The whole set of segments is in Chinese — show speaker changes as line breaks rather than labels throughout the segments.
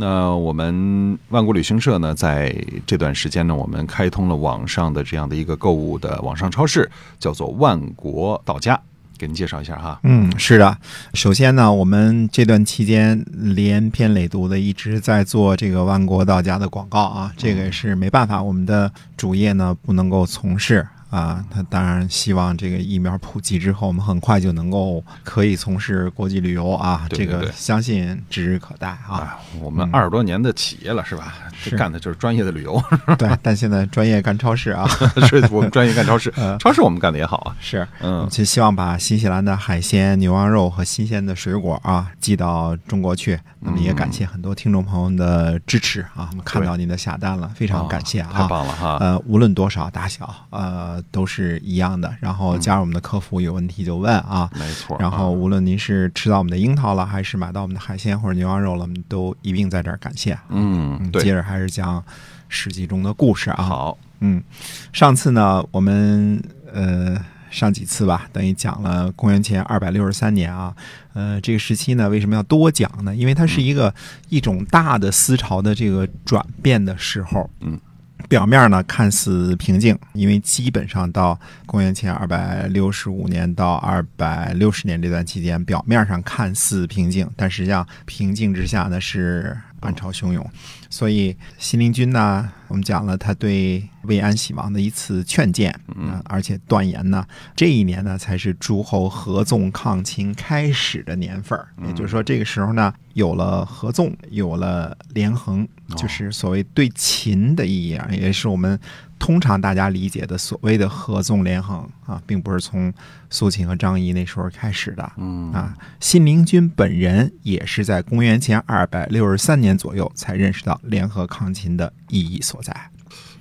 那我们万国旅行社呢，在这段时间呢，我们开通了网上的这样的一个购物的网上超市，叫做万国到家，给您介绍一下哈。
嗯，是的。首先呢，我们这段期间连篇累牍的一直在做这个万国到家的广告啊，这个是没办法，我们的主业呢不能够从事啊。那当然，希望这个疫苗普及之后，我们很快就能够可以从事国际旅游啊。
对对
这个
对
相信指日可待 啊。
啊，我
嗯
们二十多年的企业了，是吧？
是
这干的就是专业的旅游，
对，但现在专业干超市啊，
是我们专业干超市，
嗯
超市我们干的也好啊。
是。
嗯，
就希望把新西兰的海鲜、牛羊肉和新鲜的水果啊寄到中国去。那么也
嗯
感谢很多听众朋友的支持啊，我们看到您的下单了，非常感谢
啊太
啊。
棒了哈。
呃，无论多少大小，呃，都是一样的。然
嗯
后加入我们的客服，有问题就问啊。
没错啊，
然后无论您是吃到我们的樱桃了，还是买到我们的海鲜或者牛羊肉了，我们都一并在这儿感谢。
嗯，
嗯，
对，
接着还是讲《史记》中的故事啊。
好，
嗯，上次呢，我们呃上几次吧，等于讲了公元前二百六十三年啊，呃，这个时期呢，为什么要多讲呢？因为它是一个一种大的思潮的这个转变的时候，
嗯。
表面呢看似平静，因为基本上到公元前二百六十五年到二百六十年这段期间，表面上看似平静，但实际上平静之下呢是暗潮汹涌。所以新陵君呢，我们讲了他对魏安喜王的一次劝谏，嗯、而且断言呢，这一年呢才是诸侯合纵抗秦开始的年份儿，也就是说这个时候呢，有了合纵，有了连横，就是所谓对秦的意义啊，也是我们通常大家理解的所谓的合纵连横啊，并不是从苏秦和张仪那时候开始的，
嗯
啊，信陵君本人也是在公元前二百六十三年左右才认识到联合抗秦的意义所在。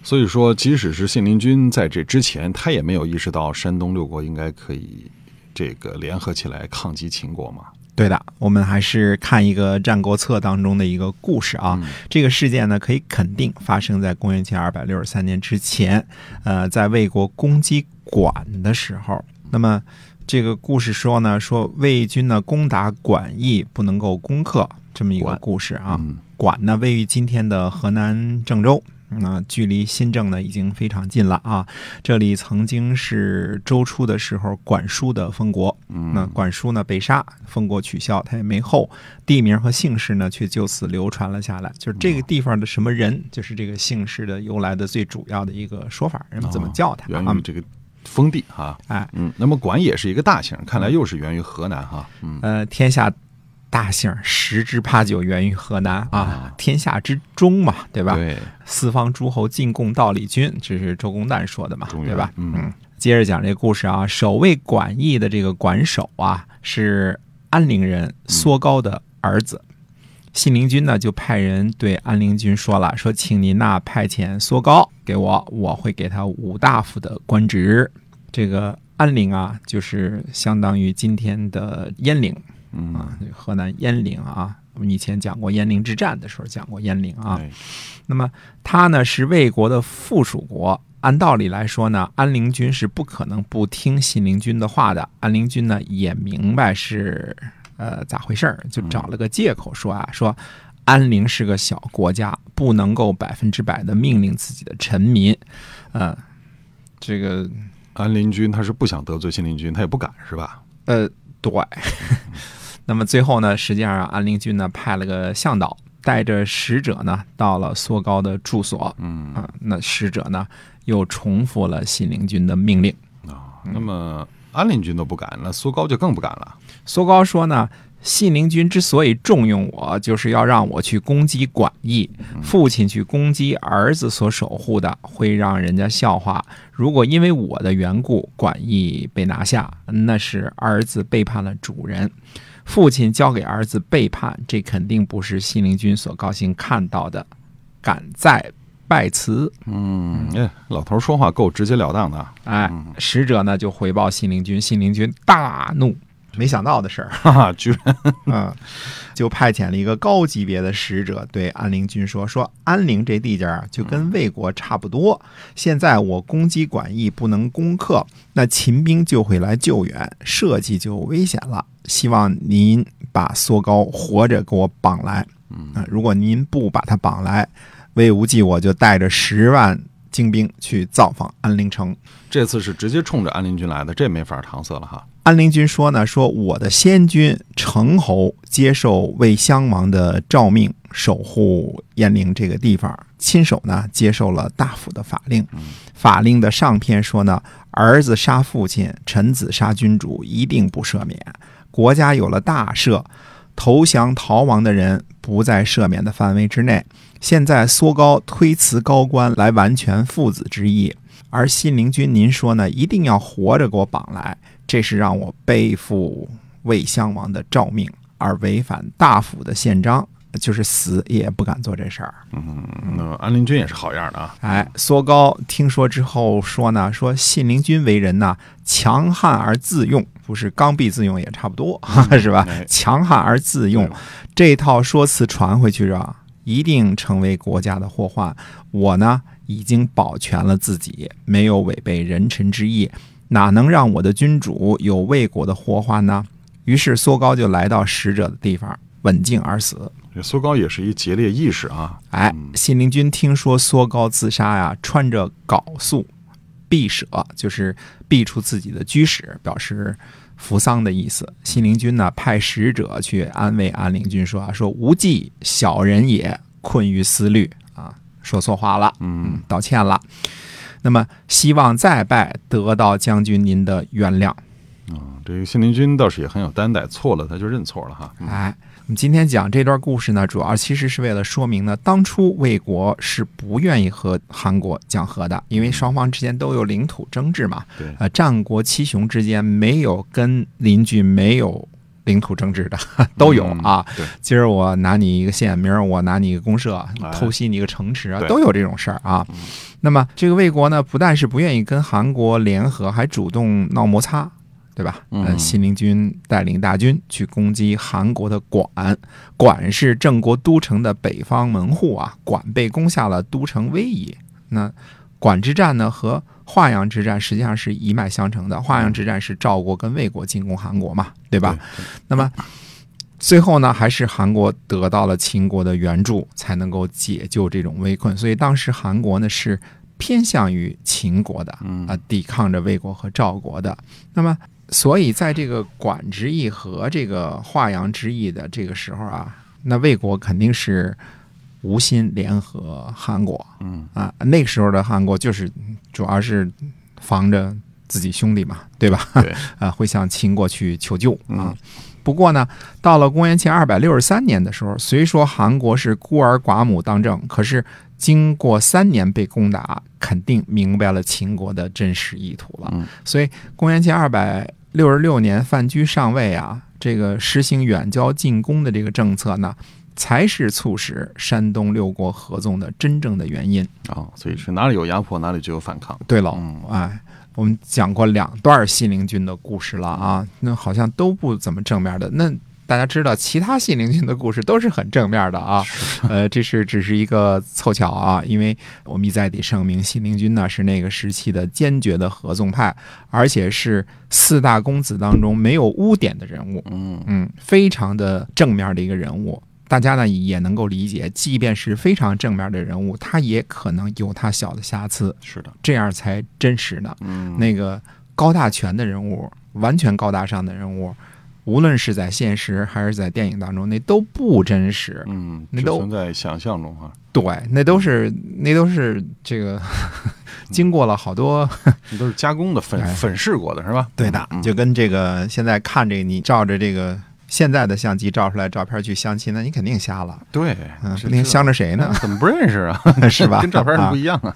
所以说，即使是信陵君在这之前，他也没有意识到山东六国应该可以这个联合起来抗击秦国嘛。
对的，我们还是看一个《战国策》当中的一个故事啊。
嗯
这个事件呢，可以肯定发生在公元前二百六十三年之前。呃，在魏国攻击管的时候，那么这个故事说呢，说魏军呢攻打管邑不能够攻克，这么一个
管
故事啊。
嗯
管呢位于今天的河南郑州。那距离新郑呢已经非常近了啊！这里曾经是周初的时候管叔的封国，那管叔呢被杀，封国取消，他也没后，地名和姓氏呢却就此流传了下来。就是这个地方的什么人，就是这个姓氏的由来的最主要的一个说法，人们怎么叫他
源
啊
于？这个封地哈。
哎，
嗯，那么管也是一个大姓，看来又是源于河南哈。嗯，
呃，天下大姓十之八九源于河南啊，天下之中嘛，对吧？
对，
四方诸侯进贡道理君，这是周公旦说的嘛，
中原
对吧？
嗯
接着讲这故事啊，守卫管义的这个管守啊，是安陵人缩高的儿子。信陵君呢，就派人对安陵君说了，说请您呐、派遣缩高给我，我会给他五大夫的官职。这个安陵啊，就是相当于今天的鄢陵
嗯，
啊，这个河南鄢陵啊。我们以前讲过鄢陵之战的时候讲过鄢陵啊，
哎，
那么他呢是魏国的附属国，按道理来说呢，安陵君是不可能不听信陵君的话的。安陵君呢也明白是呃咋回事儿，就找了个借口说啊，说安陵是个小国家，不能够百分之百的命令自己的臣民，呃，这个
安陵君他是不想得罪信陵君，他也不敢是吧？
呃，对。 那么最后呢，实际上啊安陵君呢派了个向导，带着使者呢到了缩高的住所。嗯啊、那使者呢又重复了信陵君的命令。
啊，
嗯
那么安陵君都不敢，那苏高就更不敢了。
缩高说呢，信陵君之所以重用我，就是要让我去攻击管义。父亲去攻击儿子所守护的，会让人家笑话。如果因为我的缘故，管义被拿下，那是儿子背叛了主人。父亲交给儿子背叛，这肯定不是信陵君所高兴看到的。敢在拜辞。
嗯，哎，老头儿说话够直截了当的啊，
哎，使者呢就回报信陵君，信陵君大怒，没想到的事儿，
哈哈，居然
嗯，就派遣了一个高级别的使者对安陵君说：“说安陵这地界儿啊就跟魏国差不多，现在我攻击管义不能攻克，那秦兵就会来救援，社稷就危险了。希望您把缩高活着给我绑来。啊，如果您不把他绑来，魏无忌我就带着十万精兵去造访安陵城。”
这次是直接冲着安陵君来的，这没法搪塞了哈。
安陵君说呢，说我的先君成侯接受魏襄王的诏命，守护鄢陵这个地方，亲手呢接受了大夫的法令。法令的上篇说呢，儿子杀父亲，臣子杀君主，一定不赦免。国家有了大赦，投降逃亡的人不在赦免的范围之内。现在缩高推辞高官来完全父子之义，而信陵君您说呢，一定要活着给我绑来。这是让我背负魏襄王的诏命而违反大夫的宪章，就是死也不敢做这事儿。
嗯那安陵君也是好样的啊，
哎，索高听说之后说呢，说信陵君为人呢强悍而自用，不是刚愎自用也差不多， 是吧
哎？
强悍而自用
对，
这套说辞传回去啊，一定成为国家的祸患。我呢已经保全了自己，没有违背人臣之意，哪能让我的君主有魏国的祸患呢？于是索高就来到使者的地方，刎颈而死。
这苏高也是一节烈义士啊，
哎，信陵君听说缩高自杀呀、穿着缟素，避舍就是避出自己的居室，表示扶丧的意思。信陵君呢，派使者去安慰安陵君说啊，说无忌小人也，困于思虑啊，说错话了，
嗯，
道歉了。那么希望再拜得到将军您的原谅。
嗯这个信陵君倒是也很有担待，错了他就认错了哈。
哎，我们今天讲这段故事呢，主要其实是为了说明呢，当初魏国是不愿意和韩国讲和的，因为双方之间都有领土争执嘛。
对
呃，战国七雄之间没有跟邻居没有领土争执的，都有啊。
嗯对
今儿我拿你一个县，明儿我拿你一个公社
哎，
偷袭你一个城池啊，
对
都有这种事儿啊。那么这个魏国呢，不但是不愿意跟韩国联合，还主动闹摩擦，对吧？
嗯
呃信陵君带领大军去攻击韩国的管，管是郑国都城的北方门户啊，管被攻下了都城威夷。那管之战呢和华阳之战实际上是一脉相承的，华阳之战是赵国跟魏国进攻韩国嘛，对吧？那么最后呢，还是韩国得到了秦国的援助，才能够解救这种危困。所以当时韩国呢是偏向于秦国的，
嗯
啊、抵抗着魏国和赵国的。那么，所以在这个管之役和这个华阳之役的这个时候啊，那魏国肯定是无心联合韩国，
嗯
啊，那个时候的韩国就是主要是防着自己兄弟嘛，对吧？
对，
啊，会向秦国去求救啊
嗯。
不过呢，到了公元前二百六十三年的时候，虽说韩国是孤儿寡母当政，可是经过三年被攻打，肯定明白了秦国的真实意图了。
嗯
所以，公元前二百六十六年，范雎上位啊，这个实行远交近攻的这个政策呢，才是促使山东六国合纵的真正的原因。
哦，所以是哪里有压迫，哪里就有反抗。
对了，
嗯
哎，我们讲过两段信陵君的故事了啊，那好像都不怎么正面的。那大家知道，其他信陵君的故事都是很正面的啊。呃，这是只是一个凑巧啊，因为我们一再得声明，信陵君呢是那个时期的坚决的合纵派，而且是四大公子当中没有污点的人物。
嗯，
嗯，非常的正面的一个人物。大家呢也能够理解，即便是非常正面的人物，他也可能有他小的瑕疵，
是的，
这样才真实呢。
嗯，
那个高大全的人物，完全高大上的人物，无论是在现实还是在电影当中，那都不真实。
嗯，
那
只
都
存在想象中哈，
对，那都是那都是这个 经过了好多嗯
那都是加工的、粉
哎
粉饰过的是吧？
对的，就跟这个现在看这个你照着这个现在的相机照出来照片去相亲，那你肯定瞎了，
对，
嗯，
是
肯定相着谁呢？
怎么不认识啊？
是 吧？
跟照片
啊
上不一样啊。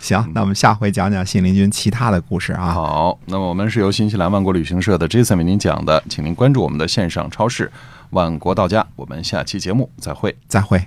行，那我们下回讲讲信陵君其他的故事啊。
好，那么我们是由新西兰万国旅行社的 Jason 为您讲的，请您关注我们的线上超市万国到家。我们下期节目再会。
再会。